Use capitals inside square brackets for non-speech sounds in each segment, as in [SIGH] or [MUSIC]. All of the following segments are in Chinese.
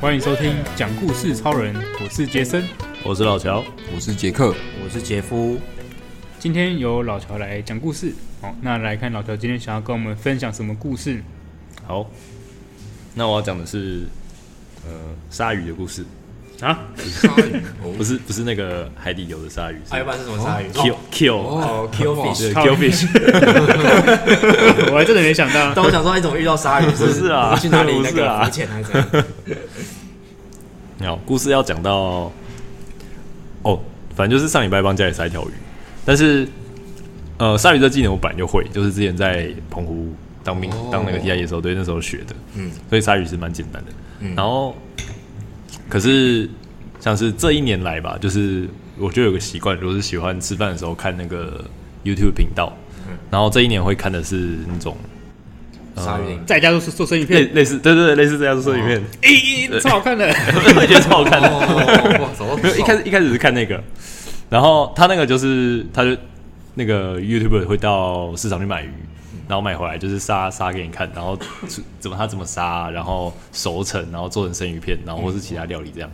欢迎收听讲故事超人，我是杰森。我是老乔，我是杰克，我是杰夫，今天由老乔来讲故事。好，那来看老乔今天想要跟我们分享什么故事？好，那我要讲的是，呃，鲨鱼的故事啊，鲨鱼不是不是那个海底游的鲨鱼，是还有啊版是什么鲨鱼 kill kill 哦，kill 哇 fish。对 kill fish，我还真的没想到。 [LAUGHS] 但我想说，你哎怎么遇到鲨 [LAUGHS] 鱼？不是啊去哪里那不是个啊浮潜还是怎 [LAUGHS] 样？好，故事要讲到，哦，反正就是上礼拜帮家里杀一条鱼，但是呃，鲨鱼这技能我本来就会，就是之前在澎湖当兵、哦当那个 TI 的时候，对那时候学的，嗯嗯，所以鲨鱼是蛮简单的。然后，可是像是这一年来吧，就是我就有个习惯，我是喜欢吃饭的时候看那个 YouTube 频道，然后这一年会看的是那种鲨鱼林在家做做生意类片，类似，对对对，类似这样说里面，咦、超好看的。哦 [LAUGHS] 我觉得超好看的。哦，哇，走到 [LAUGHS] 没有，一开始一开始是看那个，然后他那个就是他就那个 YouTuber 会到市场去买鱼，然后买回来就是杀杀给你看，然后出怎么他怎么杀，然后熟成，然后做成生鱼片，然后或是其他料理这样。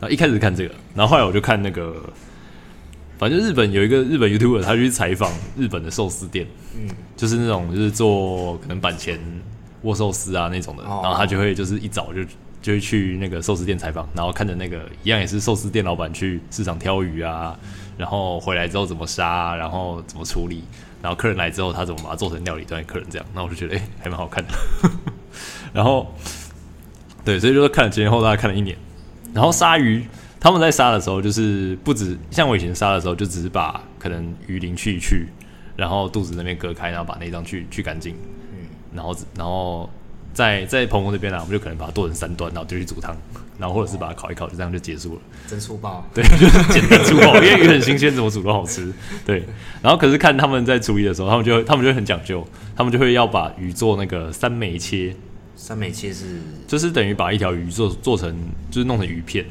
然后一开始是看这个，然后后来我就看那个，反正日本有一个日本 YouTuber，他就去采访日本的寿司店，就是那种就是做可能板前握寿司啊那种的，哦然后他就会就是一早就就会去那个寿司店采访，然后看着那个一样也是寿司店老板去市场挑鱼啊，然后回来之后怎么杀，然后怎么处理，然后客人来之后他怎么把它做成料理端给客人这样，那我就觉得哎、还蛮好看的， [LAUGHS] 然后对，所以就是看了前前后后大概看了一年，然后鲨鱼。他们在杀的时候，就是不止像我以前杀的时候，就只是把可能鱼鳞去一去，然后肚子那边割开，然后把内脏去去干净，然后然后在在澎湖那边呢、啊，我们就可能把它剁成三段，然后丢去煮汤，然后或者是把它烤一烤，就这样就结束了。真粗暴，啊对，就是简单粗暴，因为鱼很新鲜，怎么煮都好吃。对，然后可是看他们在处理的时候，他们就会他们就会很讲究，他们就会要把鱼做那个三枚切，三美切是就是等于把一条鱼做做成就是弄成鱼片，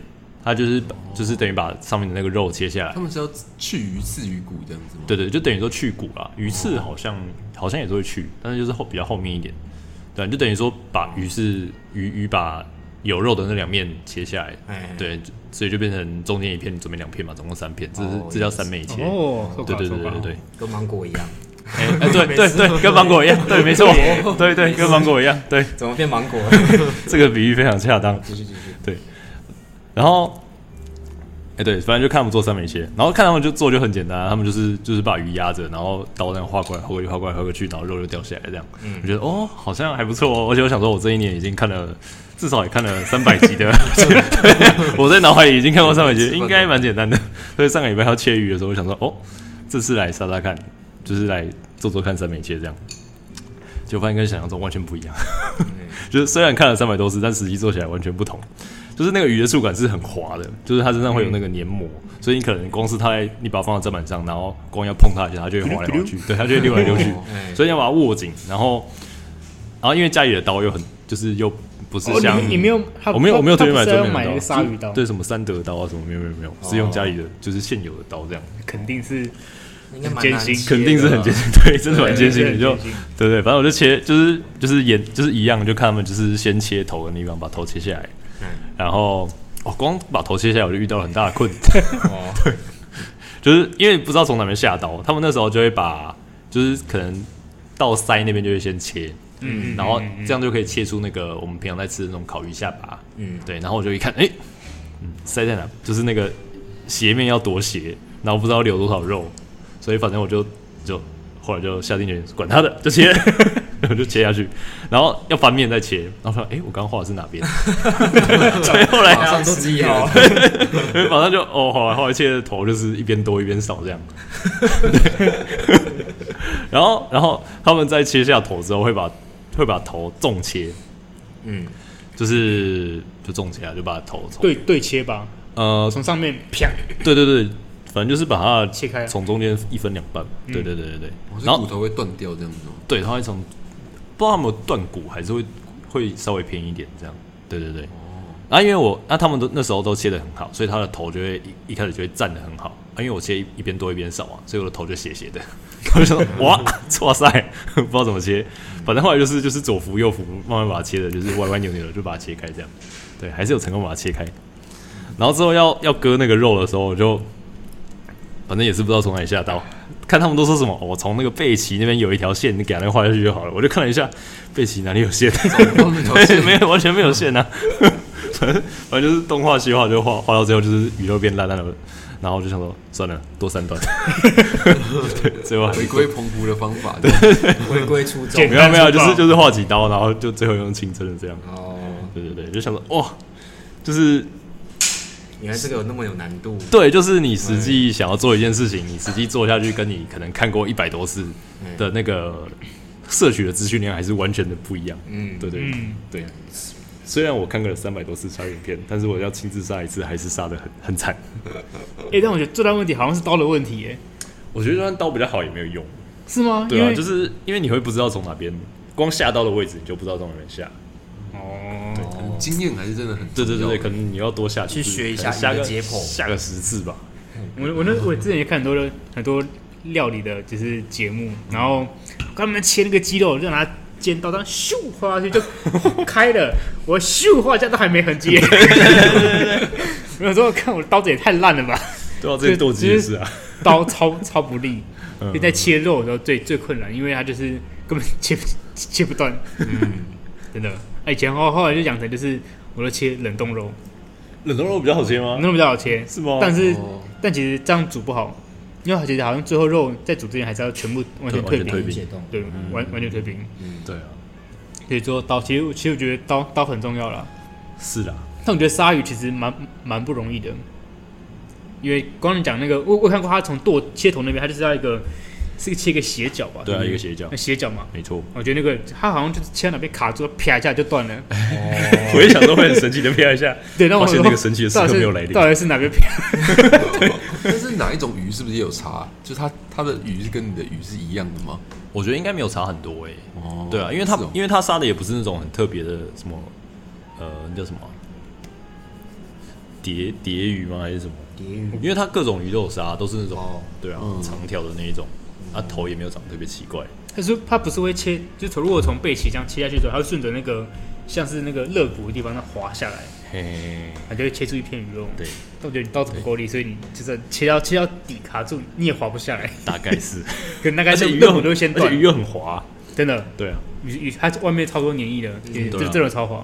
它就是就是等于把上面的那个肉切下来他。们是要去鱼刺鱼骨这样子吗？对对，就等于说去骨啦，鱼刺好像好像也是会去，但是就是后比较后面一点。对，就等于说把鱼是鱼鱼把有肉的那两面切下哎哎来，对，所以就变成中间一片，左边两片嘛，总共三片，这是哦这叫三枚切。哦，受不对了对对受不对了对对，跟芒果一样，哎哎对对对，跟芒果一样，对，没错，对对，跟芒果一样，对，怎么变芒 [LAUGHS] 果？这个比喻非常恰当。继续继续，对，然后，哎、对，反正就看他们做三枚切，然后看他们就做就很简单啊，他们就是就是把鱼压着，然后刀这样划过来、划过去、划过来、划过去，然后肉就掉下来这样。我觉得哦，好像还不错哦，而且我想说，我这一年已经看了至少也看了三百集的，我在脑海里已经看过三百集，应该蛮简单的。所以上个礼拜要切鱼的时候，我想说哦，这次来杀杀看，就是来做做看三枚切这样。就发现跟想象中完全不一样，就是虽然看了三百多次，但实际做起来完全不同。就是那个鱼的触感是很滑的，就是它身上会有那个黏膜，所以你可能光是它在你把它放到砧板上，然后光要碰它一下，它就会滑来滑去，对，它就会溜来溜去，哎所以你要把它握紧，然后，然后因为家里的刀又很，就是又不是哦像、你你没有他我没有他我没有特别他买不是要专门买的那个鲨鱼刀就是对什么三德刀啊什么没有没有没有，是用家里的就是现有的刀这样，肯定是应该蛮艰难辛切的肯定是很艰辛，对，真的蛮对艰辛，对你就很艰辛对对，反正我就切，就是就是沿就是一样，就看他们就是先切头的地方，把头切下来，然后哦，光把头切下来我就遇到了很大的困难，哦，就是因为不知道从哪边下刀，他们那时候就会把，就是可能到腮那边就会先切，嗯，然后这样就可以切出那个我们平常在吃的那种烤鱼下巴，嗯嗯，对，然后我就一看，哎、嗯，腮在哪？就是那个斜面要多斜，然后不知道留多少肉，所以反正我就就后来就下定决心，管他的，就 [LAUGHS] 切，我就切下去，然后要翻面再切，然后说，哎、我刚刚画的是哪边？ [LAUGHS] 所以后来马上都急眼了，所以马上就哦，好了，后来切的头就是一边多一边少这样。 [LAUGHS] 对，然后然后他们在切下头之后，会把会把头纵切，嗯，就是就纵切啊，就把头从对对切吧，呃从上面啪，对对对，反正就是把它切开啊嗯从中间一分两半。对对对对对，哦，然是后骨头会断掉这样子吗？对，它会从不知道他们有断骨，还是会会稍微偏一点这样。对对对。哦。啊，因为我那、他们都那时候都切的很好，所以他的头就会一一开始就会站的很好，因为我切一一边多一边少嘛，所以我的头就斜斜的。我就想说哇，哇塞，不知道怎么切，反正后来就是就是左扶右扶，慢慢把它切的，就是歪歪扭扭的就把它切开这样。对，还是有成功把它切开。然后之后要要割那个肉的时候，我就反正也是不知道从哪里下刀，看他们都说什么，我从那个背鳍那边有一条线，你给它那个画下去就好了。我就看了一下背鳍哪里有线，后面条线 [LAUGHS] 没有完全没有线啊， [LAUGHS] 反正反正就是东画西画，就画画到最后就是鱼肉变烂烂的，然后我就想说算了，多三段， [LAUGHS] 对，最后还是回归澎湖的方法， [LAUGHS] 回归初 [LAUGHS] 衷简。没有没粗有，就暴是就是画几刀，然后就最后用清蒸的这样，哦，对对对，就想说哇，就是原来这个有那么有难 [LAUGHS] 度。对，就是你实际想要做一件事情，你实际做下去，跟你可能看过一百多次的那个摄取的资讯量还是完全的不一样。嗯，对对对嗯，对。虽然我看过了三百多次鲨鱼影片，但是我要亲自杀一次，还是杀的很很惨。哎、但我觉得最大问题好像是刀的问题、哎，我觉得就算刀比较好也没有用，是吗？对因啊，为就是因为你会不知道从哪边，光下刀的位置你就不知道从哪边下。哦，经验还是真的很对对对对，重要可能你要多下几次去学一下可能下鱼个的解剖下个十次吧。我我那我之前也看很多的很多料理的，就是节目，然后他们切那个鸡肉，就拿尖刀这样咻划下去就 [LAUGHS] 开了，我咻划一下都还没痕迹。我有时候看我的刀子也太烂了吧，对啊，这些就斗鸡也是啊。刀超超不利，嗯就在切肉的时候最最困难，因为它就是根本切不切不断， [LAUGHS] 真的。哎以前后后来就养成就是我都切冷冻肉，冷冻肉比较好切吗冷？冻肉比较好切，是吗但是哦但其实这样煮不好，因为其实好像最后肉在煮之前还是要全部完全对退完全退冰，冰嗯解冻。对，完完全退冰。对啊，所以说刀，其实其实我觉得刀刀很重要啦。是啦，但我觉得鲨鱼其实蛮蛮不容易的，因为光你讲那个，我我看过他从剁切头那边，他就是要一个是切一个斜角吧？对啊，不一个斜角那，斜角嘛。没错。我觉得那个他好像就是切到哪边卡住，啪一下就断了。 [LAUGHS] 我也想说会很神奇的飘一下，对，那我发现说那个神奇的时刻没有来临到底是到底是哪边啪？但是哪一种鱼是不是也有差啊？就它它的鱼是跟你的鱼是一样的吗？我觉得应该没有差很多诶、哦对啊，因为他是哦因为他杀的也不是那种很特别的什么，呃，那叫什么啊蝶蝶鱼吗？还是什么？蝶鱼因为他各种鱼都有杀，都是那种哦对啊嗯长条的那一种，啊头也没有长得特别奇怪。他说他不是会切，就从如果从背鳍这样切下去之后，他会顺着那个像是那个肋骨的地方那滑下来，嘿，它就会切出一片鱼肉。对，但我觉得你刀子不够力，所以你就是切到切到底卡住，你也滑不下来。大概是，可能大概 [LAUGHS] 而是且鱼鱼肉又很多先而断且，鱼又很滑，真的对啊，鱼鱼它外面超多黏液的，也对啊这这种超滑。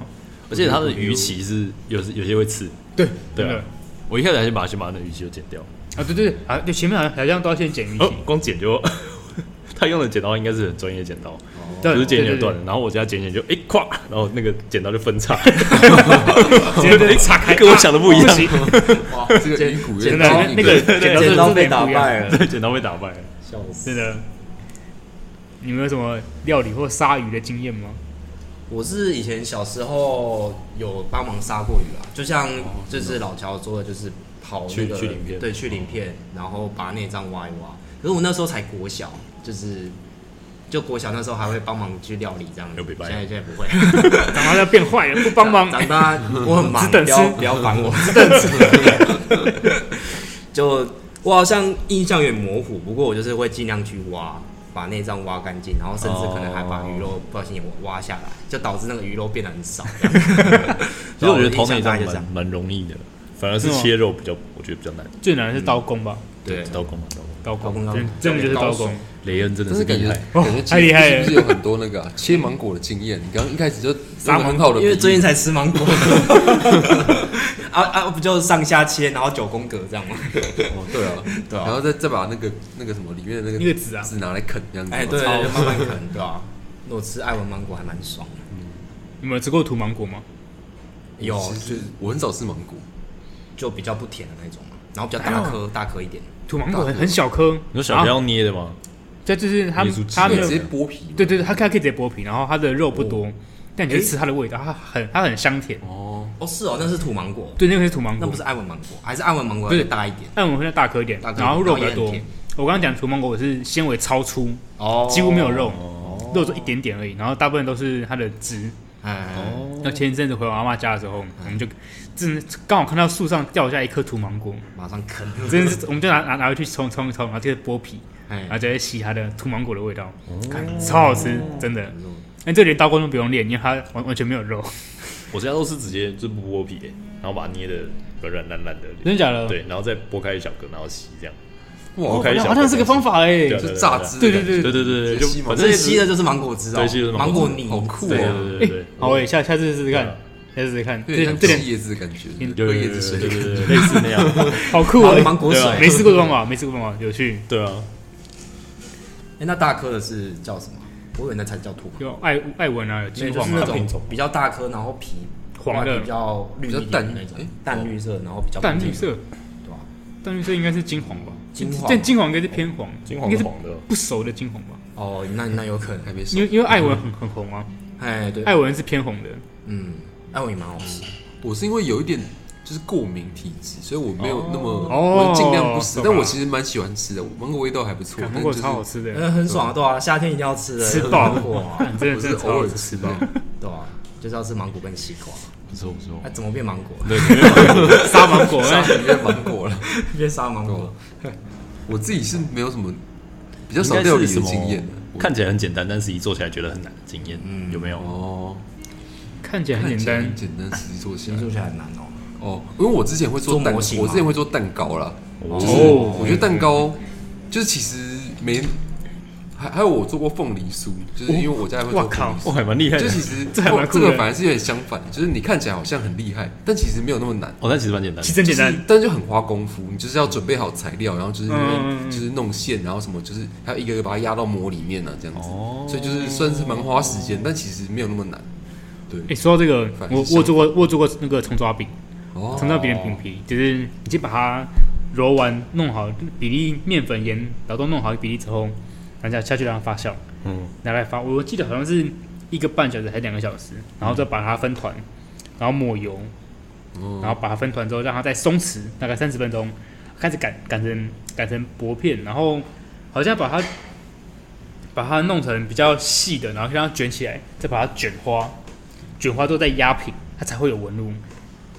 而且它的鱼鳍是有时有些会刺，对对真的啊。我一开始还是把先把那鱼鳍都剪掉，啊对对对啊，就前面好像好像都要先剪鱼哦鳍，，光剪就， [LAUGHS] 他用的剪刀应该是很专业的剪刀，对，啊就是剪对剪对断对了，然后我家剪剪就哎咵，然后那个剪刀就分叉，直接岔开， [LAUGHS] 跟我想的不一 [LAUGHS] 样哦啊行哇，这个鱼骨有真点的太那硬那个了剪刀真剪的刀是被被打败 [LAUGHS] 了，对，剪刀被打败了。笑死！真的。你们有什么料理或杀鱼的经验吗？我是以前小时候有帮忙杀过鱼啊，就像就是老乔说的，就是跑那个哦去去鳞片对，去鳞片，然后把内脏挖一挖。可是我那时候才国小，就是就国小那时候还会帮忙去料理这样子有，北拜现在现在不会。长大要变坏了，不帮忙。长大我很忙，只等不要吃不要烦我， [LAUGHS] 只等 [LAUGHS] 就我好像印象有点模糊，不过我就是会尽量去挖，把内脏挖干净，然后甚至可能还把鱼肉不小心也挖下来，就导致那个鱼肉变得很少。这样 [LAUGHS] 其实我觉得然后头印象内大脏概就这样蛮。蛮容易的，反而是是吗切肉比较，我觉得比较难。最难的是刀工吧， [LAUGHS] 对刀工嘛，刀刀工。嗯刀工工刀，工真真的就是刀刀工工。雷恩真的真是是感厉觉害，哇感觉太厉害是了不是有很多那个啊、切芒果的经验？你刚刚一开始就杀杀芒很好的比喻，因为最近才吃芒果，啊啊，不就上下切，然后九宫格这样吗？哦对啊，对啊然后再再把那个那个什么里面的那个那个籽啊籽拿来啃这样子，哎，对，就超慢慢啃，对吧？我吃艾文芒果还蛮爽的，你们有吃过土芒果吗？有就是我很少吃芒果，就比较不甜的那种嘛，然后比较大颗大颗一点。土芒果很很小颗，你说小朋然后友捏的吗？这就是它椰树汁它没那个有直接剥皮嘛，对对对，它它可以直接剥皮，然后它的肉不多，但你就诶吃它的味道，它很它很香甜。哦，哦，是哦，那是土芒果，对，那个是土芒那果不，是艾文芒果，还是艾文芒果不是再大一点但我们会大颗一点，大颗一点然后肉比然后也较很多甜。我刚刚讲土芒果，我是纤维超粗，哦几乎没有肉，哦，肉就一点点而已，然后大部分都是它的汁，哎，那前一阵子回我阿妈家的时候，我们就真的刚好看到树上掉下一颗土芒果，马上啃，真的是我们就拿拿拿回去冲冲冲，然后就剥皮，哎然后就在吸它的土芒果的味道，看超好吃，真的。那这里刀工都不用练，因为它完完全没有肉，我家都是直接就不剥皮、然后把它捏的软软烂烂的，真的假的？，对，然后再剥开一小个，然后洗这样。哇好开一小像好像是个方法哎，对就榨汁的对感觉，对对对对对对，就直接吸嘛反这正吸的就是芒果汁哦对吸的就是，芒芒果果汁泥，好酷对哦，对对哎对，好哎，下下次试试对啊看，下次试试看，有点这像这吃两椰子的感觉，有喝椰子对对水。对，类似那样。好酷芒哎，芒果对啊水。没试过的方法，没试过的方法，有趣。对啊，哎，那大颗的是叫什么？我以为那才叫土芒，有艾艾文啊，有没有金就黄是啊那品种种比较大颗，然后皮黄的比较绿一点比较淡那种哎，淡绿色，然后比较淡不绿甜，色，对吧？淡绿色应该是金黄吧？金黄但金黄应该是偏黄，金黄应该是是黄的，不熟的金黄吧？哦，那那有可能还没熟因为，因为艾文很很红啊，哎，对，艾文是偏红的，嗯，艾文也蛮好吃，我是因为有一点就是过敏体质，所以我没有那么，哦我尽量不吃。懂了但我其实蛮喜欢吃的，芒果味道还不错，看芒但就果是超好吃的，呃，很爽啊，对啊，夏天一定要吃的，吃爆芒果啊，干真我的是真的超偶好尔吃。吃吧。对啊，就是要吃芒果跟西瓜，哦不错不错那、。怎么变芒果？沙芒果， [LAUGHS] 哎沙里面芒果了， [LAUGHS] 变沙芒果，我自己是没有什么比较应少该料是理什的么经验的。我看起来很简单，但是一做起来觉得很难的经验，有没有？哦，看起来很看简起来单很，简单，实际做起啊你来做起来很难哦。哦，因为我之前会做做蛋，模我型吗之前会做蛋糕啦。哦就是我觉得蛋糕就是其实没，还还有我做过凤梨酥，就是因为我家会做哦哇靠凤梨酥哇，。还蛮厉害的就。其实 [LAUGHS] 这还蛮酷这的个反而是有点相反，就是你看起来好像很厉害，但其实没有那么难。哦，但其实蛮简单其。实很简就单是，但就很花功夫，你就是要准备好材料，然后就是、嗯嗯嗯就是弄线，然后什么就是还要一个个把它压到膜里面啊，这样子。哦所以就是算是蛮花时间，但其实没有那么难。对，哎，说到这个，反正我是我有做过，我有做过那个葱抓饼，哦葱抓饼的饼皮，就是已经把它揉完弄好比例，面粉、盐，然后都弄好比例之后，然后下下去让它发酵。嗯，拿来发，我记得好像是一个半小时还是两个小时，然后再把它分团，然后抹油，然后把它分团之后，让它再松弛，大概三十分钟，开始擀擀成擀成薄片，然后好像把它把它弄成比较细的，然后让它卷起来，再把它卷花，卷花之后再压平，它才会有纹路。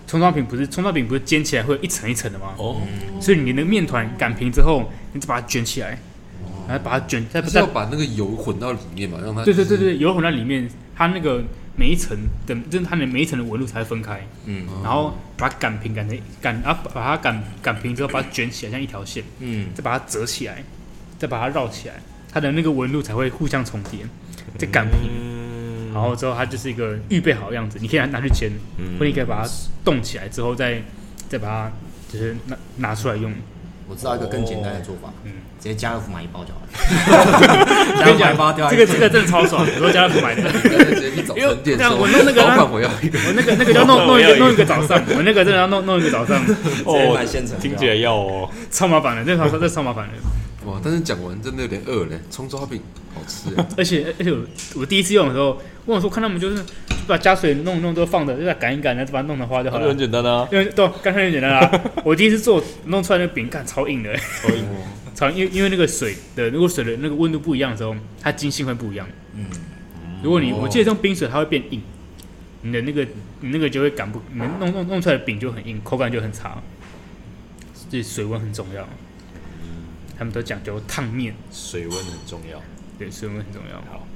葱抓饼不是葱抓饼不是煎起来会有一层一层的吗？哦，所以你的面团擀平之后，你再把它卷起来，然后把它卷再就是再要把那个油混到里面嘛，让它对对对就是对，油混在里面，它那个每一层的，就是它的每一层的纹路才会分开，嗯然后把它擀平，擀成擀啊，把它擀擀平之后，把它卷起来像一条线，嗯，再把它折起来，再把它绕起来，它的那个纹路才会互相重叠，再擀平，然后之后它就是一个预备好的样子，你可以拿拿去煎，或者你可以把它冻起来之后再再把它就是拿拿出来用。我知道一个更简单的做法，嗯，直接家乐福买一包就好了。我 [LAUGHS] 家跟乐你福买讲一包掉，这个这个真的超爽，我都家乐福买的。 [LAUGHS] 对对直接去早餐店因为说，我弄那个老板我要一个，啊我那个那个要弄弄一个弄一个早上，我那个真的要弄弄一个哦早上，直接买现成的哦啊听起来要哦。超麻烦的，这个超这超麻烦的。哇！但是讲完真的有点饿嘞，葱抓饼好吃 [LAUGHS] 哎，而且而且我我第一次用的时候，我想说看他们就是就把加水弄弄都放着，就把它擀一擀，然后把它弄成花就好它就了很。简单啊，因为对，干脆很简单啦。我第一次做弄出来那个饼干超硬的，所以超硬因为因为那个水的如果水的那个温度不一样的时候，它筋性会不一样。嗯，如果你我记得用冰水，它会变硬，你的那个你那个就会擀不，你弄弄弄出来的饼就很硬，口感就很差。所以水温很重要，他们都讲究烫面，水温很重要。对，水温很重要。好，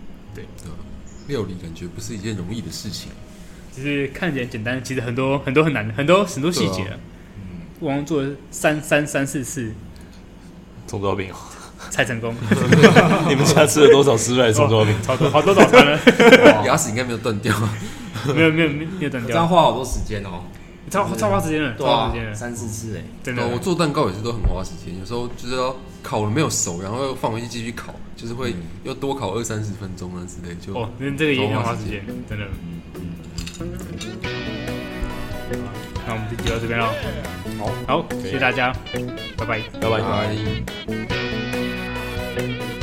料理感觉不是一件容易的事情。就是看起来简单，其实很多很多很难，很多很多细节对啊。我光做了三三三四次葱抓饼哦， [LAUGHS] 才成功， [LAUGHS] 你们家吃了多少失败的葱抓饼？超多好多早餐了。牙齿应该没有断掉，啊没有没有没有没有断这样掉，花好多时间哦，超超花时间了，对超花啊时间，了，三四次哎，真对啊我的。做蛋糕也是都很花时间，有时候就是要烤了没有熟，然后又放回去继续烤，就是会又多烤二三十分钟啊之类，就哦，那这个也很花时间，真的。好那我们这集到这边了，好，好，谢谢大家，拜拜。拜拜。拜。